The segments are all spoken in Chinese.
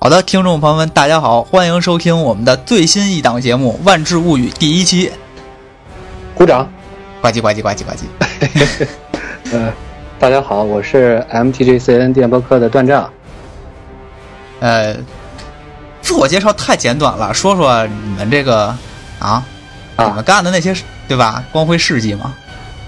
好的，听众朋友们，大家好，欢迎收听我们的最新一档节目《万智物语》第一期。鼓掌。呱唧呱唧呱唧呱唧。呃，大家好，我是 MTGCN 电波课的段丈。呃，自我介绍太简短了，说说你们这个啊，啊你们干的那些事对吧？光辉事迹嘛，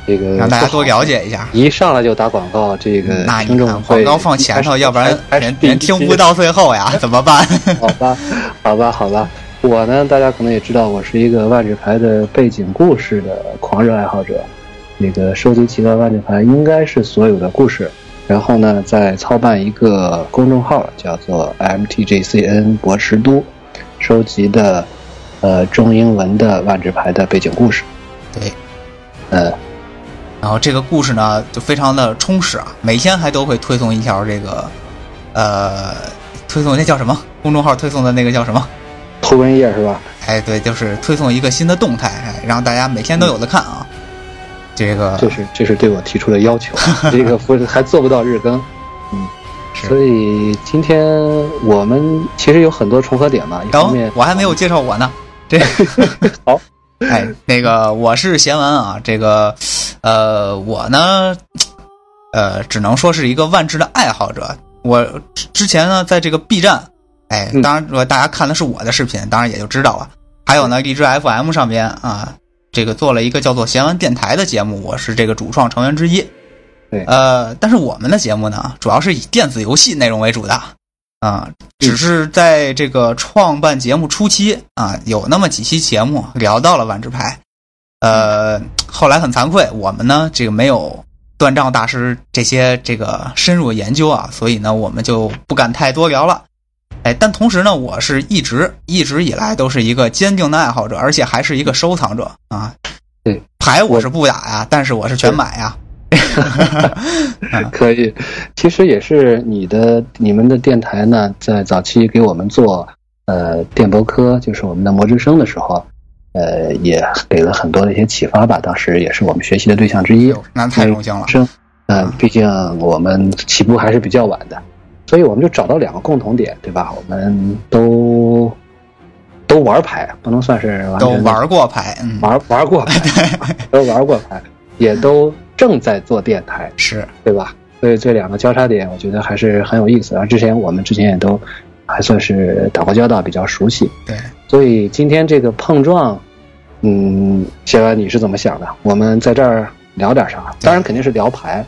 这个让大家多不好了解一下。一上来就打广告，这个那听你众看广会告放前头，要不然还是人第一人听期不。到最后 呀，怎么办？ 好吧，好吧，好吧。我呢，大家可能也知道，我是一个万智牌的背景故事的狂热爱好者。那个收集齐了万智牌，应该是所有的故事。然后呢，再操办一个公众号，叫做 MTGCN 博识都，收集的呃中英文的万智牌的背景故事。对，呃，然后这个故事呢，就非常的充实啊，每天还都会推送一条这个，呃，推送那叫什么？公众号推送的那个叫什么？图文页是吧？哎，对，就是推送一个新的动态，哎，让大家每天都有的看啊。这个这是这是对我提出的要求，啊这个不是还做不到日更，嗯，是所以今天我们其实有很多重合点嘛，一方面等我还没有介绍我呢，这 好，哎，那个我是贤文啊，这个呃我呢，呃只能说是一个万智的爱好者。我之之前呢，在这个 B 站，哎，嗯当然说大家看的是我的视频，当然也就知道了。还有呢，荔枝 FM 上边啊，这个做了一个叫做“闲玩电台”的节目，我是这个主创成员之一。对呃，但是我们的节目呢，主要是以电子游戏内容为主的啊，只是在这个创办节目初期啊，有那么几期节目聊到了万智牌。呃，后来很惭愧，我们呢这个没有断账大师这些这个深入研究啊，所以呢我们就不敢太多聊了。哎，但同时呢，我是一直一直以来都是一个坚定的爱好者，而且还是一个收藏者啊。对，牌我是不打呀，但是我是全买呀。 可以，其实也是你的你们的电台呢，在早期给我们做呃电播科，就是我们的魔之声的时候，呃也给了很多的一些启发吧，当时也是我们学习的对象之一，哟哎那太荣幸了。生，嗯，毕竟我们起步还是比较晚的，所以我们就找到两个共同点，对吧？我们都都玩牌，不能算是 完都全玩过牌，嗯，玩玩 过牌，都玩过牌，也都正在做电台，是对吧？所以这两个交叉点，我觉得还是很有意思。然后之前我们之前也都还算是打过交道，比较熟悉。对。所以今天这个碰撞，嗯，谢安你是怎么想的？我们在这儿聊点啥？当然肯定是聊牌，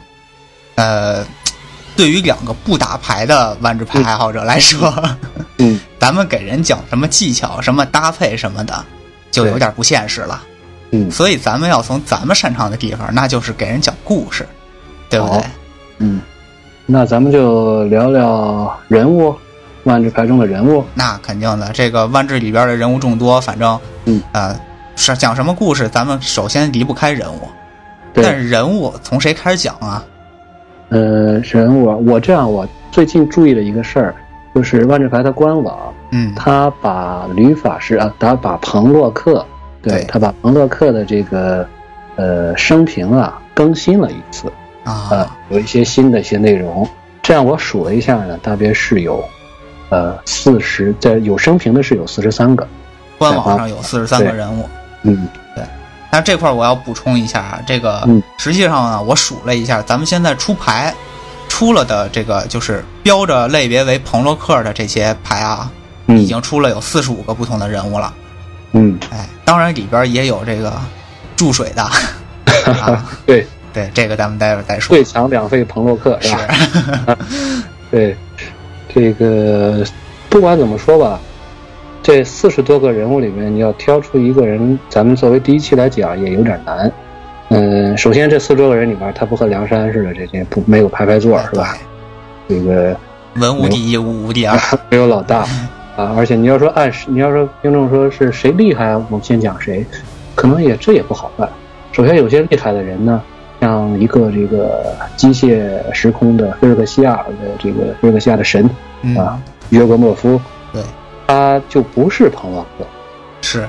呃，对于两个不打牌的万智牌爱好者来说，嗯，咱们给人讲什么技巧、什么搭配什么的，就有点不现实了。嗯所以咱们要从咱们擅长的地方，那就是给人讲故事，对不对好？嗯，那咱们就聊聊人物，万智牌中的人物。那肯定的，这个万智里边的人物众多，反正，嗯，呃，是讲什么故事，咱们首先离不开人物。但对，是人物从谁开始讲啊？呃，人物啊，我这样，我最近注意了一个事儿，就是万智牌的官网，嗯，他把吕法师啊，他把彭洛克，对对他把彭洛克的这个呃生平啊更新了一次，呃啊，，有一些新的一些内容。这样我数了一下呢，大约是有呃四十，在有生平的是有四十三个，官网上有四十三个人物，嗯，但这块儿我要补充一下啊，这个嗯实际上呢，我数了一下，咱们现在出牌出了的这个就是标着类别为彭洛克的这些牌啊，嗯已经出了有四十五个不同的人物了。嗯，哎，当然里边也有这个注水 的，啊、对，对，这个咱们待会儿再说最。强两费彭洛克是是吧？， 对，这个不管怎么说吧，这四十多个人物里面，你要挑出一个人，咱们作为第一期来讲也有点难。嗯，首先这四十多个人里面，他不和梁山似的，这这不没有排排座是吧？这个哎文无第一，武无第 二，没有老大啊，而且你要说按时你要说听众说是谁厉害，我们先讲谁，可能也这也不好办。首先有些厉害的人呢，像一个这个机械时空的菲尔克西亚的这个菲尔克西亚的神嗯啊，约格莫夫，对，他就不是彭洛克，是。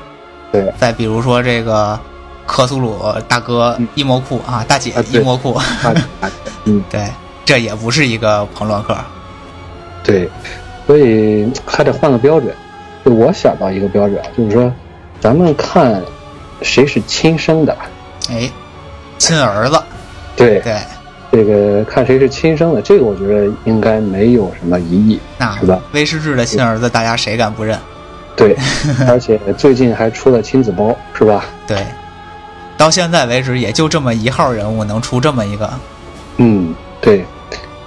对，再比如说这个克苏鲁大哥嗯伊莫库啊，大姐啊伊对莫库，他对，这也不是一个彭洛克，对，所以还得换个标准。就我想到一个标准啊，就是说，咱们看谁是亲生的，哎，亲儿子，对，对，这个看谁是亲生的，这个我觉得应该没有什么疑义，那是吧？威士忌的亲儿子，大家谁敢不认？对，而且最近还出了亲子包，是吧？对，到现在为止，也就这么一号人物能出这么一个，嗯，对，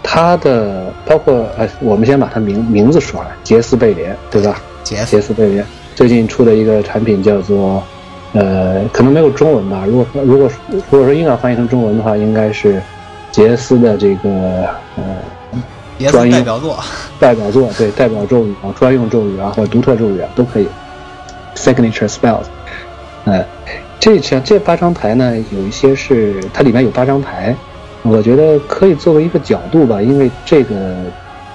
他的包括呃，我们先把他名名字说出来，杰斯贝莲，对吧？杰杰斯，斯贝莲最近出的一个产品叫做，呃，可能没有中文吧。如果如果如果说硬要翻译成中文的话，应该是杰斯的这个呃杰斯专业代表作，代表作，对代表咒语啊、专用咒语啊或者独特咒语啊都可以，signature spells。呃，这这这八张牌呢，有一些是它里面有八张牌，我觉得可以作为一个角度吧，因为这个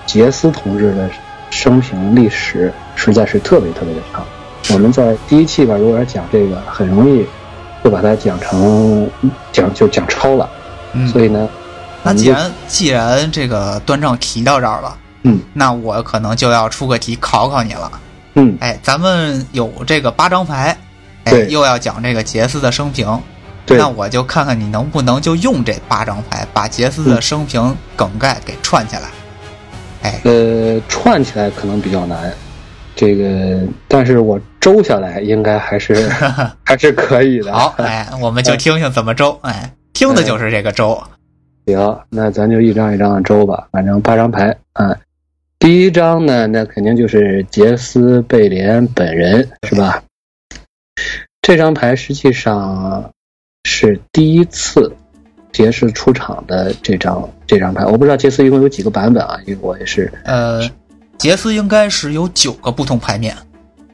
杰斯同志的生平历史实在是特别特别的长。我们在第一期吧，如果要讲这个，很容易就把它讲成讲就讲超了。嗯，所以呢，那我们既就然既然这个端正提到这儿了，嗯，那我可能就要出个题考考你了。嗯哎，咱们有这个八张牌，哎，对又要讲这个杰斯的生平，对那我就看看你能不能就用这八张牌把杰斯嗯的生平梗概给串起来。哎，呃，串起来可能比较难，这个，但是我周下来应该还是还是可以的。好， 哎，我们就听听怎么周，哎，听的就是这个周。行，那咱就一张一张的周吧，反正八张牌啊、嗯第一张呢，那肯定就是杰斯贝莲本人，是吧？这张牌实际上是第一次杰斯出场的这张这张牌，我不知道杰斯一共有几个版本啊，因为我也是，呃，杰斯应该是有九个不同牌面，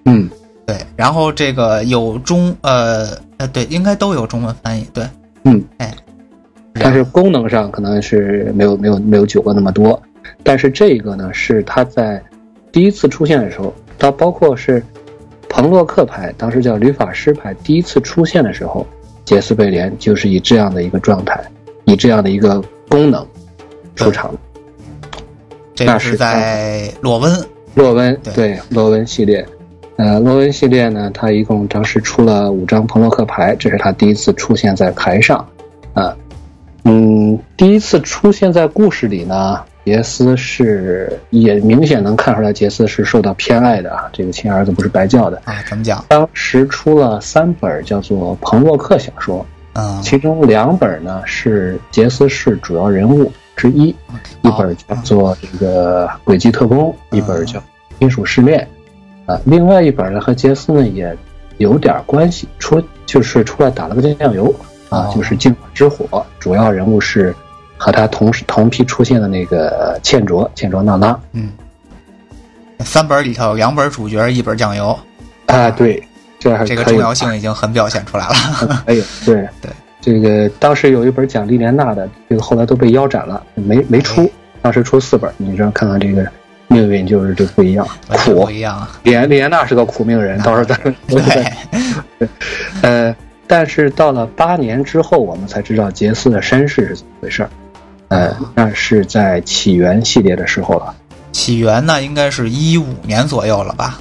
嗯，对，然后这个有中呃呃对，应该都有中文翻译，对，嗯，哎，但是功能上可能是没有没有没有九个那么多，但是这个呢是它在第一次出现的时候，它包括是彭洛克牌，当时叫吕法师牌，第一次出现的时候，杰斯贝莲就是以这样的一个状态，以这样的一个功能出场。这个那是是嗯在洛温，洛温对对洛温系列，呃，洛温系列呢，它一共当时出了五张彭洛克牌，这是它第一次出现在牌上，啊、嗯，第一次出现在故事里呢，杰斯是也明显能看出来，杰斯是受到偏爱的啊，这个亲儿子不是白叫的。啊，怎么讲？当时出了三本叫做彭洛克小说，嗯，其中两本呢是杰斯是主要人物之一，哦一本叫做这个《轨迹特工》，嗯一本叫《金属试炼》，啊，另外一本呢和杰斯呢也有点关系，出就是出来打了个酱油啊哦，就是《禁火之火》，主要人物是和他同时同批出现的那个茜卓，茜卓娜拉嗯，三本里头有两本主角，一本酱油，啊，对，这还这个可重以要性已经很表现出来 了。哎呦，对对，这个当时有一本讲莉莲娜的，这个后来都被腰斩了，没没嗯出，当时出四本，你知道看看这个命运就是这不一样，完全苦不。一样啊，莉莲莉莲娜是个苦命人，到时候咱们 对，呃，但是到了八年之后，我们才知道杰斯的身世是怎么回事儿。呃，嗯那是在起源系列的时候了。起源呢应该是一五年左右了吧？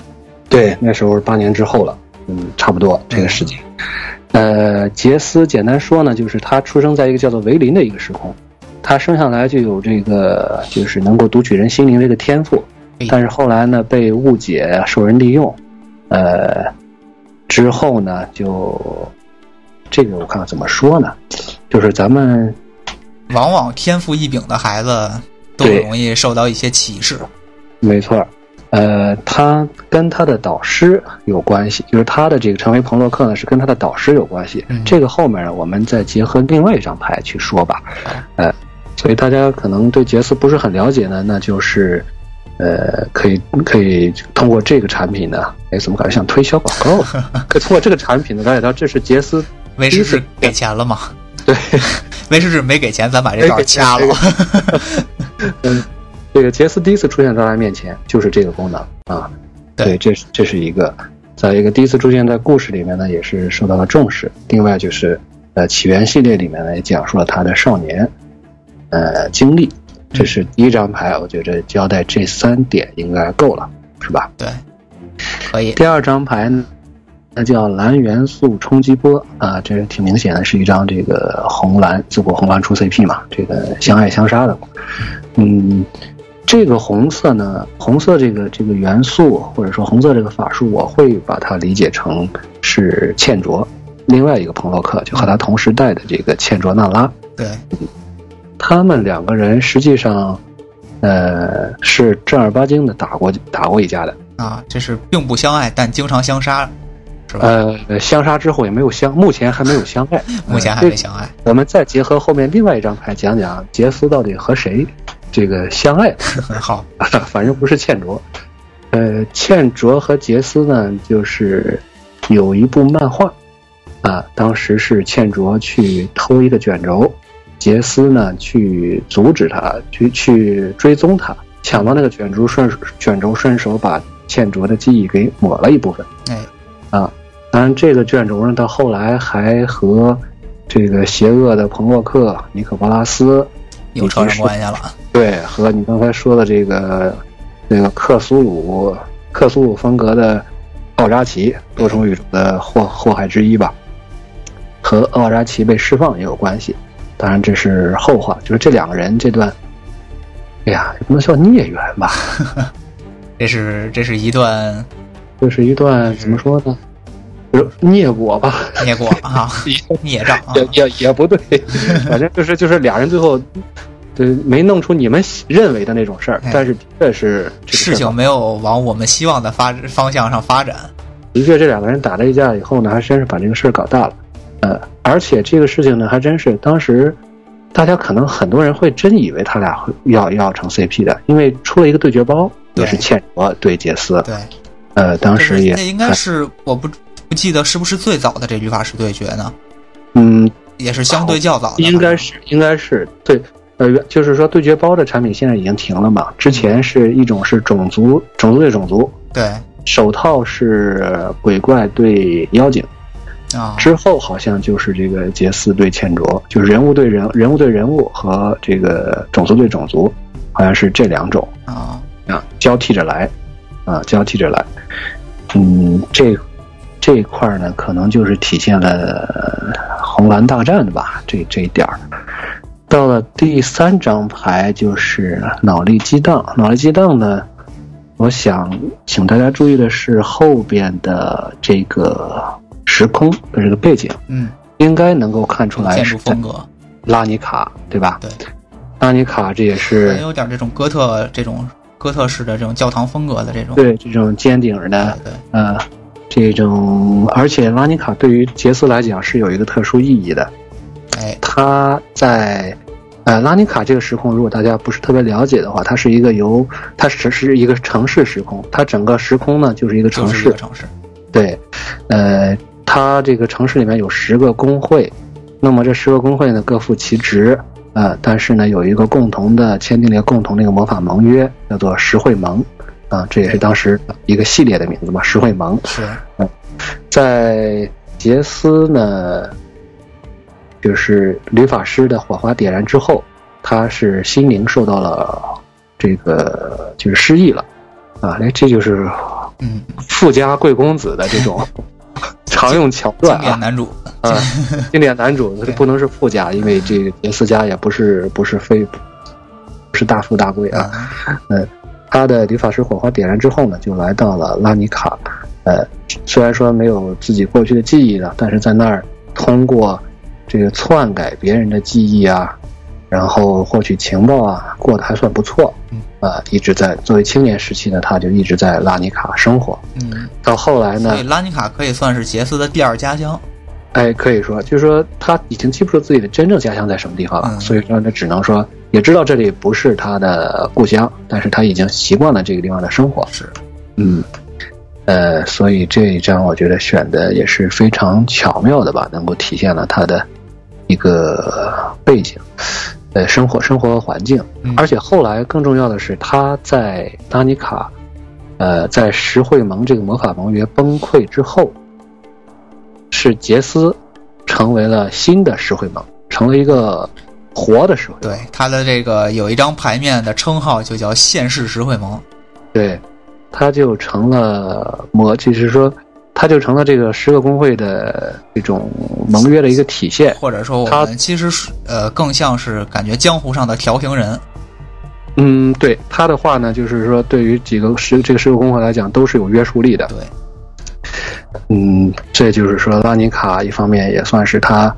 对，那时候是八年之后了，嗯，差不多这个时间。呃，杰斯简单说呢，就是他出生在一个叫做维林的一个时空，他生下来就有这个就是能够读取人心灵这个天赋哎，但是后来呢被误解，受人利用，呃，之后呢就这个我看看怎么说呢，就是咱们往往天赋异禀的孩子都对容易受到一些歧视。没错儿，呃，他跟他的导师有关系，就是他的这个成为彭洛克呢是跟他的导师有关系。嗯这个后面呢，我们再结合另外一张牌去说吧。呃，所以大家可能对杰斯不是很了解呢，那就是。呃，可以可以通过这个产品呢，哎，怎么感觉像推销广告啊？可以通过这个产品呢，了解到这是杰斯威士忌给钱了吗？对， 威士忌没给钱，咱把这段掐没了给。这个杰斯第一次出现在大家面前，就是这个功能啊。对这是这是一个，再一个第一次出现在故事里面呢，也是受到了重视。另外就是，呃，起源系列里面呢也讲述了他的少年，呃，经历。这是第一张牌，我觉得交代这三点应该够了，是吧？ 对，可以。第二张牌呢，它叫蓝元素冲击波啊，这是挺明显的，是一张这个红蓝自古红蓝出 CP 嘛，这个相爱相杀的。嗯，这个红色呢，红色这个这个元素或者说红色这个法术，我会把它理解成是茜卓，另外一个彭洛克，就和他同时代的这个茜卓那拉。对，他们两个人实际上，呃，是正儿八经的打过打过一架的。啊，这是并不相爱，但经常相杀，是吧？呃，相杀之后也没有相，目前还没有相爱 。目前还呃没这相爱。 我们再结合后面另外一张牌讲讲杰斯到底和谁这个相爱了， 很好，反正不是倩卓。呃，倩卓和杰斯呢，就是有一部漫画啊，当时是倩卓去偷一个卷轴，杰斯呢去阻止他，去去追踪他，抢到那个卷轴顺卷轴顺手把倩卓的记忆给抹了一部分。哎，当然，这个卷轴呢，到后来还和这个邪恶的彭洛克、尼可波拉斯，有扯上关系了。对，和你刚才说的这个这个克苏鲁克苏鲁风格的奥扎奇，多重宇宙的祸祸害之一吧，和奥扎奇被释放也有关系。当然，这是后话，就是这两个人这段，哎呀，也不能叫孽缘吧，这是这是一段这是一段怎么说呢，就是孽果吧。孽果 啊，孽障啊也，也 也不对，反正就是就是俩人最后，对没弄出你们认为的那种事儿哎，但是的确是这个事儿情没有往我们希望的发方向上发展。的确这两个人打了一架以后呢，还真是把这个事儿搞大了，呃，而且这个事情呢，还真是当时大家可能很多人会真以为他俩会要要成 CP 的，因为出了一个对决包，对也是倩卓对杰斯，对，呃，当时也那应该是我不不记得是不是最早的这律法师对决呢？嗯，也是相对较早的，应该是，应该是对，呃，原就是说对决包的产品现在已经停了嘛。嗯之前是一种是种族种族对种族，对手套是鬼怪对妖精，啊，之后好像就是这个杰斯对倩卓，就是人物对人人物对人物和这个种族对种族，好像是这两种啊，啊交替着来，啊交替着来，嗯，这这一块儿呢，可能就是体现了呃红蓝大战的吧，这这一点儿。到了第三张牌就是脑力激荡，脑力激荡呢，我想请大家注意的是后边的这个时空的这个背景，嗯，应该能够看出来建筑是在风格，拉尼卡，对吧？对，拉尼卡这也是很有点这种哥特这种哥特式的这种教堂风格的这种，对这种尖顶儿的对对呃，这种，而且拉尼卡对于杰斯来讲是有一个特殊意义的。哎，他在呃拉尼卡这个时空，如果大家不是特别了解的话，它是一个由它只是一个城市时空，它整个时空呢就是一个就城是一市个。城市，对，呃，它这个城市里面有十个工会，那么这十个工会呢各负其职。呃，但是呢，有一个共同的签订了一个共同的一个魔法盟约，叫做石会盟，啊、这也是当时一个系列的名字嘛，石会盟。是在杰斯呢，就是吕法师的火花点燃之后，他是心灵受到了这个就是失忆了啊，哎，这就是嗯，富家贵公子的这 种常用桥经段典啊男主，啊，经典男主对不能是富家，因为这个杰斯家也不是不是非不是大富大贵啊，啊，他的理发师火花点燃之后呢，就来到了拉尼卡。呃，虽然说没有自己过去的记忆了，但是在那儿通过这个篡改别人的记忆啊，然后获取情报啊，过得还算不错嗯。啊、一直在作为青年时期呢，他就一直在拉尼卡生活。嗯，到后来呢所以，拉尼卡可以算是杰斯的第二家乡，哎，可以说，就是说他已经记不住自己的真正家乡在什么地方了，嗯所以说他只能说，也知道这里不是他的故乡，但是他已经习惯了这个地方的生活。是嗯，呃，所以这一张我觉得选的也是非常巧妙的吧，能够体现了他的一个背景，呃，生活生活环境，嗯而且后来更重要的是，他在拉尼卡，呃，在石会盟这个魔法盟约崩溃之后，是杰斯成为了新的石会盟，成了一个活的石灰对，它的这个有一张牌面的称号就叫现世石灰盟。对，他就成了魔，就是说，他就成了这个十个工会的这种盟约的一个体现。或者说，我它们其实是呃更像是感觉江湖上的调停人，嗯，对他的话呢，就是说，对于几个十这个十个工会来讲，都是有约束力的。对，嗯，这就是说，拉尼卡一方面也算是他，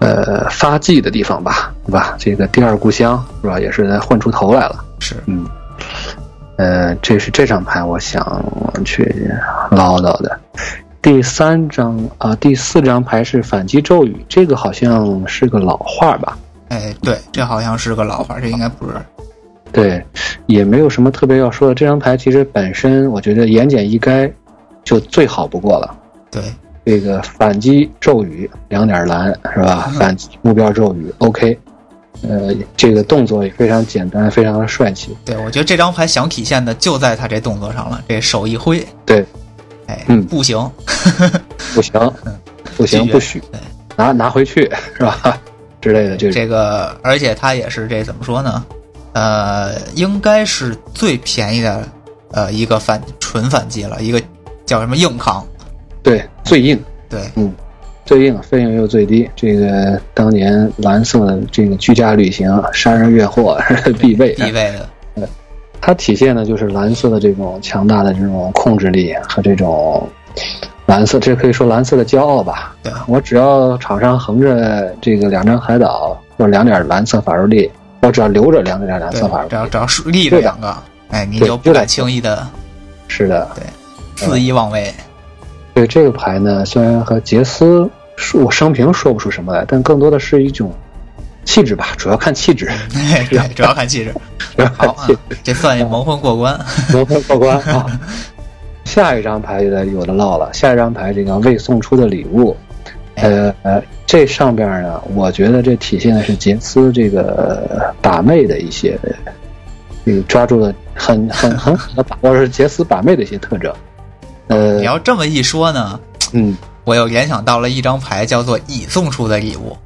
呃，发迹的地方吧，对吧？这个第二故乡是吧，也是他混出头来了。是呃，这是这张牌我想去唠叨的。第三张啊、第四张牌是反击咒语，这个好像是个老话吧？哎，对，这好像是个老话，这应该不是对，也没有什么特别要说的。这张牌其实本身我觉得言简意赅，就最好不过了。对，这个反击咒语两点蓝是吧嗯？反击目标咒语 OK，呃，这个动作也非常简单，非常的帅气。对，我觉得这张牌想体现的就在他这动作上了，这手一挥，对，哎，嗯不行，不行，不行，嗯拒绝不许对，拿拿回去是吧？之类的这种。这个，而且它也是这怎么说呢？呃，应该是最便宜的，呃，一个反纯反击了，一个叫什么硬扛，对，最硬，对，最硬，费用又最低。这个当年蓝色的这个居家旅行、杀人越货 必备。必备的，它体现的就是蓝色的这种强大的这种控制力和这种蓝色，这可以说蓝色的骄傲吧。对吧？我只要场上横着这个两张海岛或者两点蓝色法术力，我只要留着两点蓝对色法，术只力，要只要是立着两个，哎，你对就不就敢两个嗯轻易的是的，肆意妄为，所以这个牌呢，虽然和杰斯说我生平说不出什么来，但更多的是一种气质吧，主要看气质，啊 对，主要看气质。主 要看好啊气质，这算蒙混过关，能不能过关啊？下一张牌有的有的唠了，下一张牌这个未送出的礼物，哎呃呃，这上边呢，我觉得这体现的是杰斯这个把妹的一些，这个抓住了很很很好的把握是杰斯把妹的一些特征。呃哦你，要这么一说呢，嗯，我又联想到了一张牌，叫做“已送出的礼物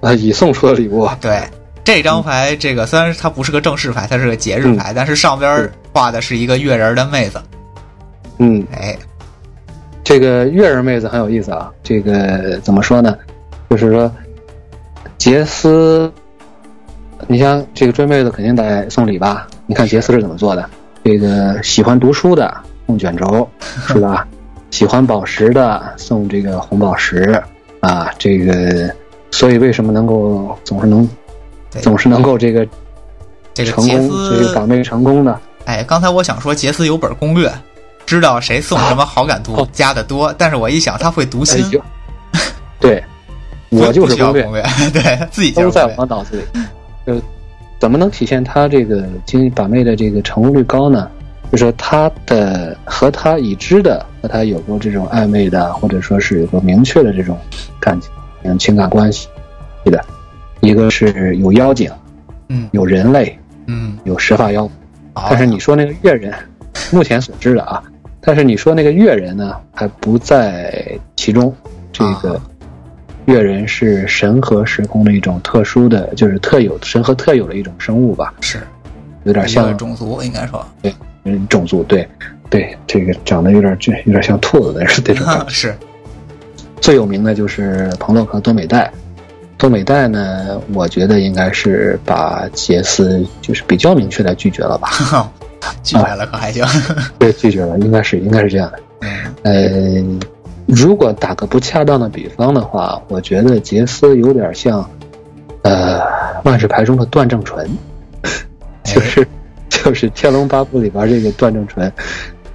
呃，已送出的礼物，”。对，这嗯张牌，这个虽然它不是个正式牌，它是个节日牌，但是上边是画的是一个月人的妹子。嗯，哎，这个月儿妹子很有意思啊，这个怎么说呢？就是说，杰斯，你像这个追妹子肯定得送礼吧？你看杰斯是怎么做的？这个喜欢读书的送卷轴，是吧？喜欢宝石的送这个红宝石啊，这个，所以为什么能够总是能对总是能够这个这个成杰功，这个斯把，妹成功呢？哎，刚才我想说杰斯有本攻略，知道谁送什么好感度哦加的多，但是我一想他会读哎心，呦，对，我就不是需要攻略攻，略， 对自己就都是攻在略我脑子里。 就是怎么能体现他这个经济把妹的这个成功率高呢？就说他的和他已知的和他有过这种暧昧的，或者说是有过明确的这种感情、嗯情感关系的，一个是有妖精，嗯有人类，嗯，有石发妖，好但，是你说那个越人，目前所知的啊，但是你说那个越人呢，还不在其中。这个啊越人是神和时空的一种特殊的，就是特有神和特有的一种生物吧，是有点一像个种族应该说嗯种族，对，对，这个长得有点这有点像兔子的 这种感觉。啊是最有名的就是彭洛克多美代。多美代呢，我觉得应该是把杰斯就是比较明确的拒绝 了吧？拒绝了可还 行，对，拒绝了，应该是应该是这样的。嗯呃，如果打个不恰当的比方的话，我觉得杰斯有点像，呃，万智牌中的段正淳， 哎就是就是《天龙八部》里边这个段正淳，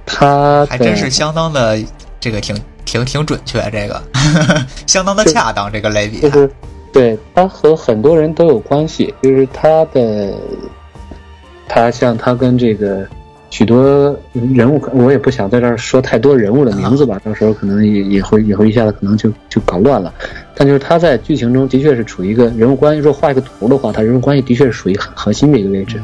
他还的真是相当的这个挺挺挺准确，这个 相当的恰当，这个类比啊就，是对他和很多人都有关系，就是他的，他像他跟这个许多人物，我也不想在这儿说太多人物的名字啊吧，到时候可能也也会也会一下子可能就就搞乱了。但就是他在剧情中的确是处于一个人物关系，如果画一个图的话，他人物关系的确是属于很核心的一个位置。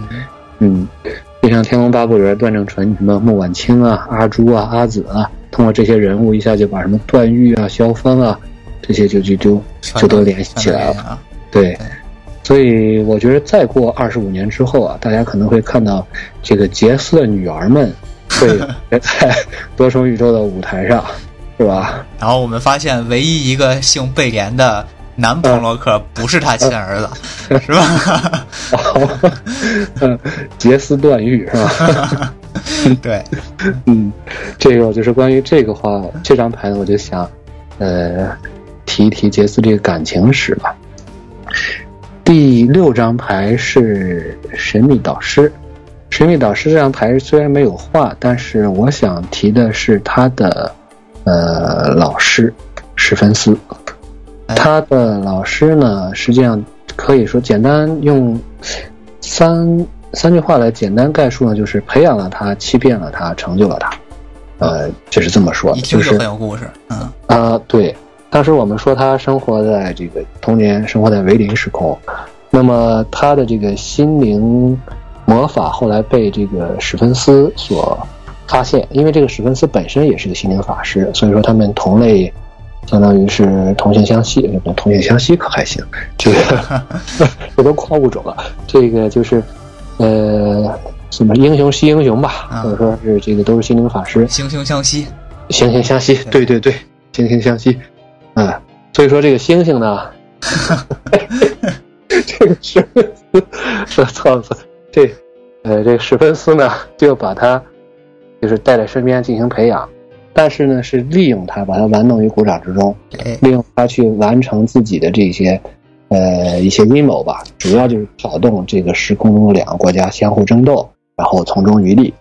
嗯嗯，就像《天龙八部》里边段正淳、什么穆婉清啊、阿朱啊、阿紫啊，通过这些人物一下就把什么段誉啊、萧峰啊这些就就就全就都都联系起来了。啊。对，所以我觉得再过二十五年之后啊，大家可能会看到这个杰斯的女儿们会在 多重宇宙的舞台上，是吧？然后我们发现，唯一一个姓贝莲的啊男彭洛克不是他亲儿子， 是吧？ 然后， 嗯，杰斯段誉是吧？ 对，嗯，这个我就是关于这个话，这张牌呢，我就想，呃，提一提杰斯这个感情史吧。第六张牌是神秘导师，神秘导师这张牌虽然没有画，但是我想提的是他的呃老师史芬斯，哎他的老师呢，实际上可以说简单用三三句话来简单概述呢，就是培养了他，欺骗了他，成就了他，呃，这是这么说的，一听就是就很有故事。嗯，啊，对，当时我们说他生活在这个童年生活在维林时空，那么他的这个心灵魔法后来被这个史芬斯所发现，因为这个史芬斯本身也是个心灵法师，所以说他们同类。相当于是同性相吸，也呃不同性相吸可还行，这个这都跨物种了。这个就是，呃，什么英雄惜英雄吧，啊或者说是这个都是心灵法师，惺惺相惜。惺惺相惜，对对对，惺惺相惜，嗯，所以说这个星星呢，这个史芬斯，错了错了， 这呃这个史芬斯呢，就把他就是带在身边进行培养，但是呢是利用他，把他玩弄于股掌之中，哎，利用他去完成自己的这些呃一些阴谋吧，主要就是挑动这个时空中的两个国家相互争斗，然后从中渔利。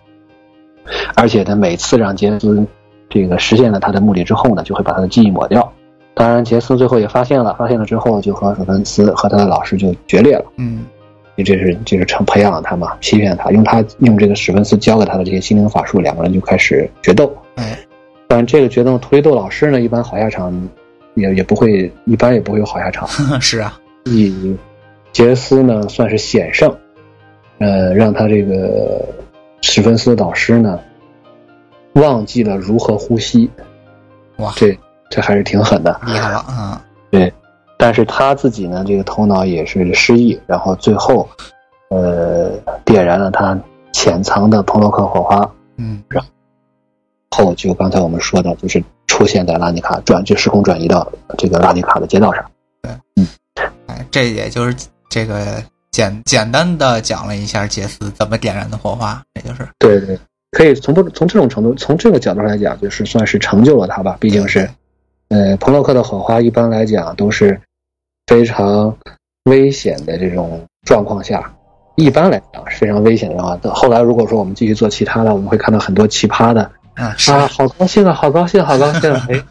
而且呢，每次让杰斯这个实现了他的目的之后呢，就会把他的记忆抹掉。当然，杰斯最后也发现了，发现了之后就和史芬斯和他的老师就决裂了。嗯， 这是这是成培养了他嘛，欺骗他，用他用这个史芬斯教给他的这些心灵法术，两个人就开始决斗。哎，当然这个决斗推斗老师呢，一般好下场也也不会，一般也不会有好 下场。是啊，以杰斯呢算是险胜，呃，让他这个史芬斯导师呢忘记了如何呼吸，哇，这这还是挺狠的。厉害了啊！但是他自己呢，这个头脑也是失忆，然后最后，呃，点燃了他潜藏的彭洛克火花嗯，后，就刚才我们说的，就是出现在拉尼卡转就时空转移到这个拉尼卡的街道上。哎，这也就是这个简简单的讲了一下杰斯怎么点燃的火花，也就是对对，可以从不从这种程度，从这个角度来讲，就是算是成就了他吧。毕竟是，呃，彭洛克的火花一般来讲都是非常危险的这种状况下，一般来讲是非常危险的啊。后来如果说我们继续做其他的，我们会看到很多奇葩的啊，是啊，好高兴啊，好高兴，好高兴，哎，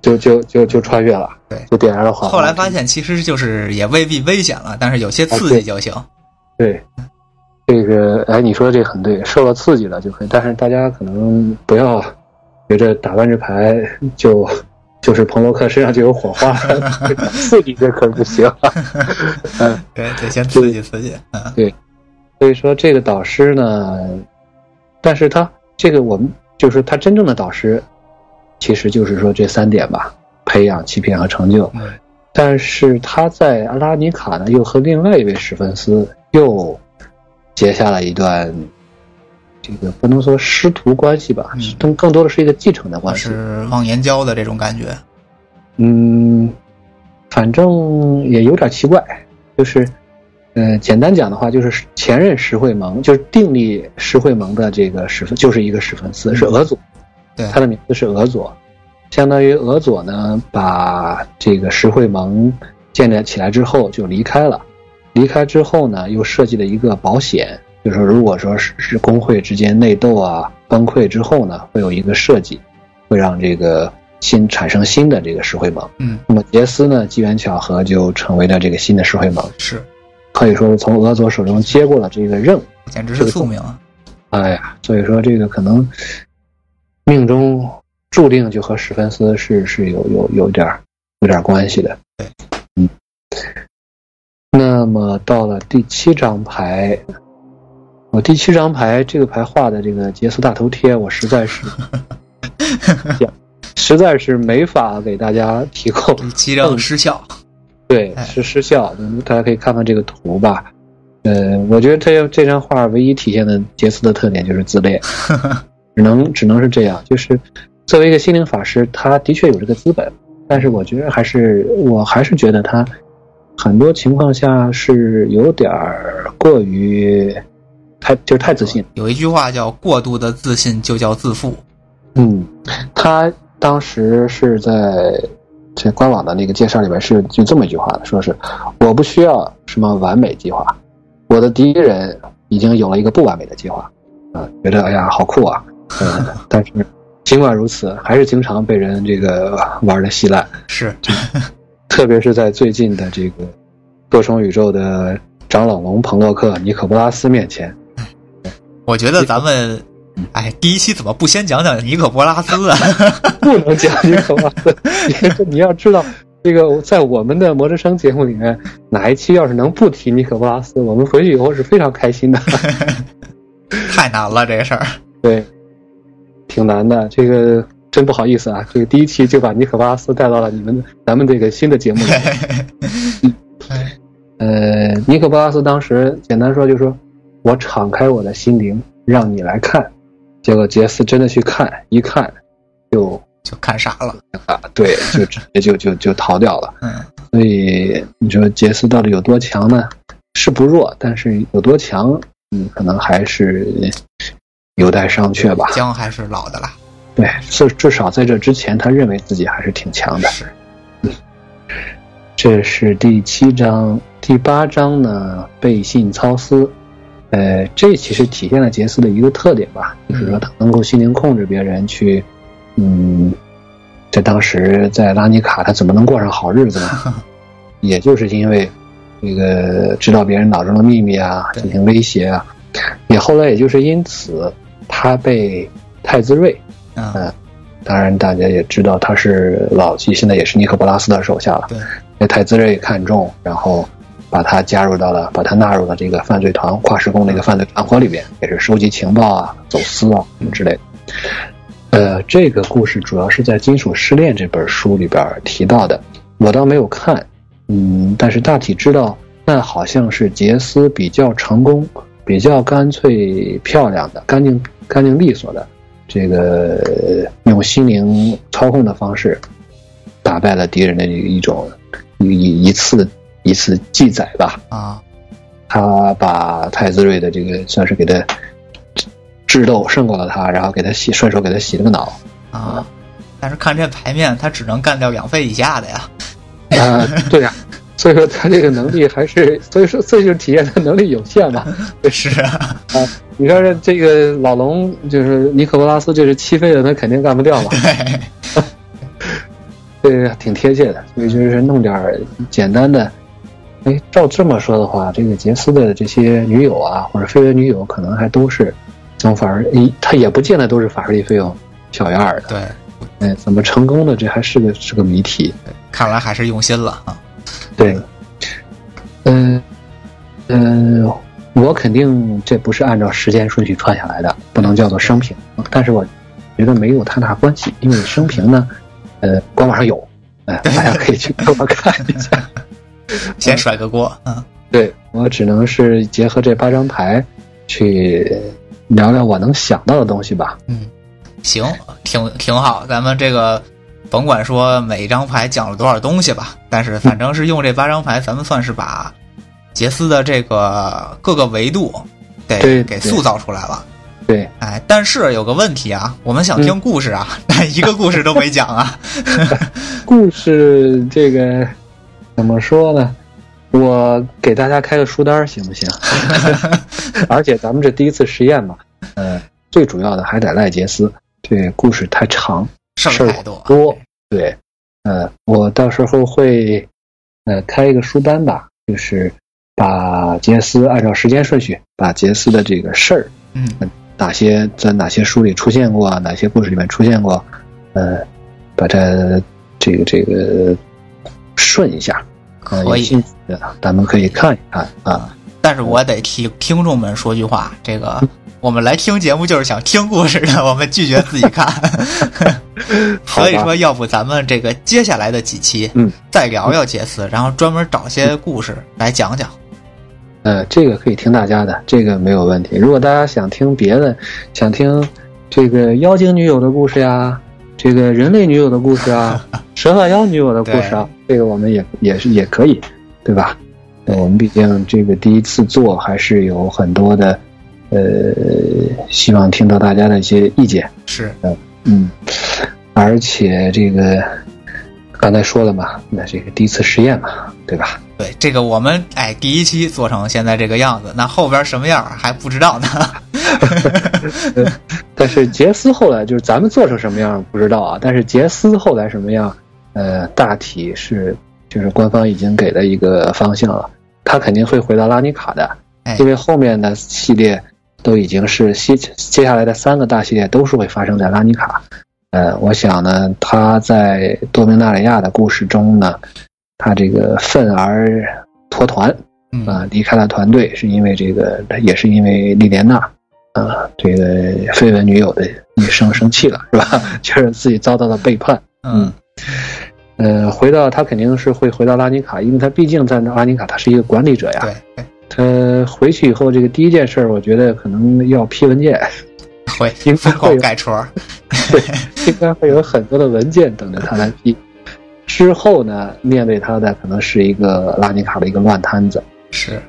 就就就就穿越了，对就点燃了火花。后来发现其实就是也未必危险了，但是有些刺激就行。对，这个哎，你说的这个很对，受了刺激了就可以，但是大家可能不要觉着打万智牌就就是彭罗克身上就有火花， 刺激这可不行啊。对，得先刺激刺激。嗯，所以说这个导师呢，但是他这个我们就是他真正的导师，其实就是说这三点吧：培养、欺骗和成就。嗯但是他在阿拉尼卡呢，又和另外一位史芬斯又结下了一段，这个不能说师徒关系吧嗯，更、更多的是一个继承的关系。是忘言交的这种感觉。嗯，反正也有点奇怪，就是，呃，简单讲的话，就是前任石会盟，就是订立石会盟的这个史芬，就是一个史芬斯，是俄佐，对他的名字是俄佐，相当于俄佐呢把这个石会盟建立起来之后就离开了，离开之后呢又设计了一个保险，就是说如果说是是工会之间内斗啊崩溃之后呢，会有一个设计，会让这个新产生新的这个石灰盟。嗯，那么杰斯呢，机缘巧合就成为了这个新的石灰盟，是，可以说是从俄佐手中接过了这个任务。简直是宿命啊！哎呀，所以说这个可能命中注定就和史芬斯是是有有有点儿有点儿关系的。对，嗯。那么到了第七张牌，我第七张牌这个牌画的这个杰斯大头贴，我实在是实在是没法给大家提供嗯第七张失效，对，哎是失效。嗯大家可以看看这个图吧。呃，我觉得这这张画唯一体现的杰斯的特点就是自恋，只能只能是这样。就是作为一个心灵法师，他的确有这个资本，但是我觉得还是我还是觉得他很多情况下是有点儿过于太就是太自信。有一句话叫“过度的自信就叫自负嗯，他当时是在这官网的那个介绍里面是就这么一句话的，说是我不需要什么完美计划，我的敌人已经有了一个不完美的计划，啊、觉得哎呀好酷啊，嗯，但是尽管如此，还是经常被人这个玩的稀烂，”，是特别是在最近的这个多重宇宙的长老龙彭洛克尼可波拉斯面前，我觉得咱们，哎，第一期怎么不先讲讲尼可波拉斯啊？ 不能讲尼可波拉斯。你你要知道，这个在我们的《魔之声》节目里面，哪一期要是能不提尼可波拉斯，我们回去以后是非常开心的。太难了，这个事儿。对，挺难的，这个真不好意思啊。这个第一期就把尼可波拉斯带到了你们咱们这个新的节 目里。呃，尼可波拉斯当时简单说就说：“我敞开我的心灵，让你来看。”结果杰斯真的去看，一看就就看傻了，啊，对，就直接就就就逃掉了。嗯，所以你说杰斯到底有多强呢？是不弱，但是有多强，嗯，可能还是有待商榷吧。姜还是老的辣。对，至至少在这之前，他认为自己还是挺强的。是，这是第七章，第八章呢，背信操私。呃，这其实体现了杰斯的一个特点吧，就是说他能够心灵控制别人，去，嗯，在当时在拉尼卡，他怎么能过上好日子呢？也就是因为这个知道别人脑中的秘密啊，对进行威胁啊，也后来也就是因此，他被太子睿嗯，当然，大家也知道他是老季，现在也是尼可波拉斯的手下了。对，被太子睿看中，然后把他加入到了，把他纳入了这个犯罪团跨时空的一个犯罪团伙里边，也是收集情报啊、走私啊什么之类的。呃，这个故事主要是在《金属失恋》这本书里边提到的，我倒没有看，嗯，但是大体知道，那好像是杰斯比较成功、比较干脆、漂亮的、干净、干净利索的，这个呃用心灵操控的方式打败了敌人的一种一一一次一次记载吧。啊，他把太子睿的这个算是给他智斗胜过了他，然后给他洗顺手给他洗了个脑。啊，但是看这牌面，他只能干掉两费以下的呀。啊、 对呀、所以说他这个能力还是，所以说这就是体现他能力有限嘛。是啊，你说这这个老龙就是尼可波拉斯，这是七费的，他肯定干不掉嘛。对，这个挺贴切的，所以就是弄点儿简单的。哎，照这么说的话，这个杰斯的这些女友啊，或者绯闻女友，可能还都是从法尔，一他也不见得都是法力费用小样儿的。对，哎，怎么成功的，这还是个是个谜题。看来还是用心了啊。对，嗯、嗯、我肯定这不是按照时间顺序串下来的，不能叫做生平。但是我觉得没有太大关系，因为生平呢，呃，官网上有， 哎、大家可以去给我看一下。先甩个锅，嗯， 对我只能是结合这八张牌去聊聊我能想到的东西吧。行，挺挺好。咱们这个甭管说每一张牌讲了多少东西吧，但是反正是用这八张牌，咱们算是把杰斯的这个各个维度给对给对塑造出来了。对，哎，但是有个问题啊，我们想听故事啊，但一个故事都没讲啊。故事这个怎么说呢？我给大家开个书单儿行不行？而且咱们这第一次实验嘛，呃，最主要的还得赖杰斯，这故事太长，事事儿儿太多，多，对，呃，我到时候会呃开一个书单吧，就是把杰斯按照时间顺序，把杰斯的这个事儿嗯，哪些在哪些书里出现过，哪些故事里面出现过，呃，把它这个这个顺一下，呃、可有以。兴趣的咱们可以看一看啊。但是我得替听众们说句话，这个我们来听节目就是想听故事的，我们拒绝自己看。所以好说，吧要不咱们这个接下来的几期，嗯，再聊聊杰斯，然后专门找些故事来讲讲。呃，这个可以听大家的，这个没有问题。如果大家想听别的，想听这个妖精女友的故事呀，这个人类女友的故事啊，蛇发妖女友的故事啊，这个我们也也是也可以，对吧？呃我们毕竟这个第一次做，还是有很多的，呃，希望听到大家的一些意见。是，嗯，而且这个刚才说了嘛，那这个第一次实验嘛，对吧？对这个我们哎，第一期做成现在这个样子，那后边什么样还不知道呢。但是杰斯后来就是咱们做成什么样不知道啊，但是杰斯后来什么样，呃，大体是就是官方已经给了一个方向了，他肯定会回到拉尼卡的哎，因为后面的系列都已经是接接下来的三个大系列都是会发生在拉尼卡。呃，我想呢，他在多明纳里亚的故事中呢，他这个愤而脱团，嗯，啊，离开了团队是因为这个，也是因为莉莲娜啊，这个绯闻女友的一生生气了，是吧？ 就是自己遭到了背叛。嗯，呃，回到他肯定是会回到拉尼卡，因为他毕竟在拉尼卡，他是一个管理者呀。对对，他回去以后，这个第一件事儿，我觉得可能要批文件，会应该疯会狂有盖戳儿。应该会有很多的文件等着他来批。之后呢，面对他的可能是一个拉尼卡的一个乱摊子，是，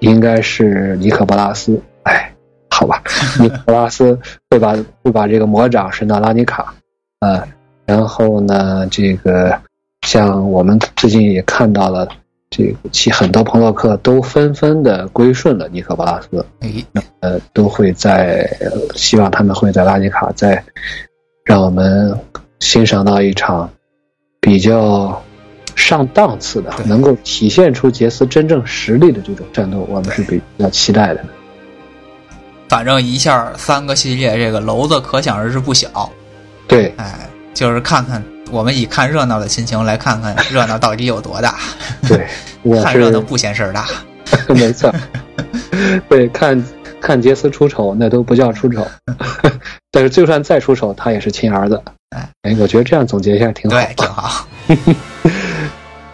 应该是尼可波拉斯。哎，好吧，尼可波拉斯会把会把这个魔掌伸到拉尼卡，呃，然后呢，这个像我们最近也看到了，这个其很多朋洛克都纷纷的归顺了尼可波拉斯，哎，呃，都会在呃希望他们会在拉尼卡再让我们欣赏到一场比较上档次的对，能够体现出杰斯真正实力的这种战斗，我们是比较期待的。反正一下三个系列，这个娄子可想而知不小。对，哎，就是看看我们以看热闹的心情来看看热闹到底有多大， 对，我看是热闹不嫌事儿大。 没错，对，看看杰斯出丑那都不叫出 丑，但是就算再出丑，他也是亲儿子。哎，我觉得这样总结一下挺好。对，挺好。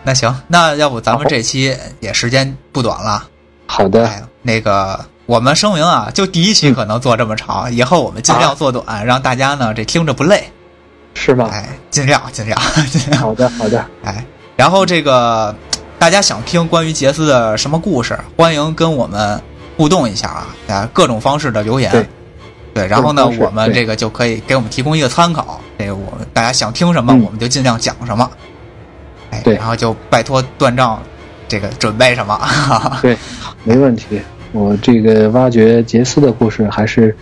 那行，那要不咱们这期也时间不短了，好的，哎，那个我们声明啊，就第一嗯期可能做这么长，以后我们啊尽量做短，让大家呢这听着不累，是吗？哎，尽量尽量尽量，好的，好的，哎，然后这个大家想听关于杰斯的什么故事，欢迎跟我们互动一下啊，啊，各种方式的留言。对对然后呢，各种方式我们对这个就可以给我们提供一个参考。这个我们大家想听什么，嗯我们就尽量讲什么。哎，对然后就拜托断账，这个准备什么？ 哈哈对，没问题。我这个挖掘杰斯的故事还是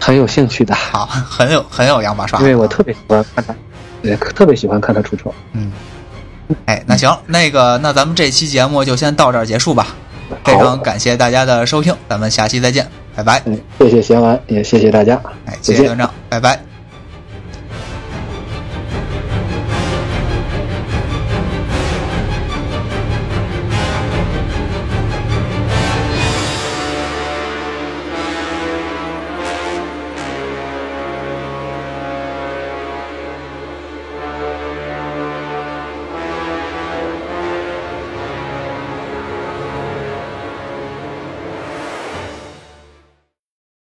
很有兴趣的，好，很有很有样板刷。因为我特别喜欢看他，对，特别喜欢看他出丑。嗯，哎，那行，那个那咱们这期节目就先到这儿结束吧。非好常感谢大家的收听，咱们下期再见，拜拜。嗯，谢谢贤完，也谢谢大家。哎，谢再见谢团长，拜拜。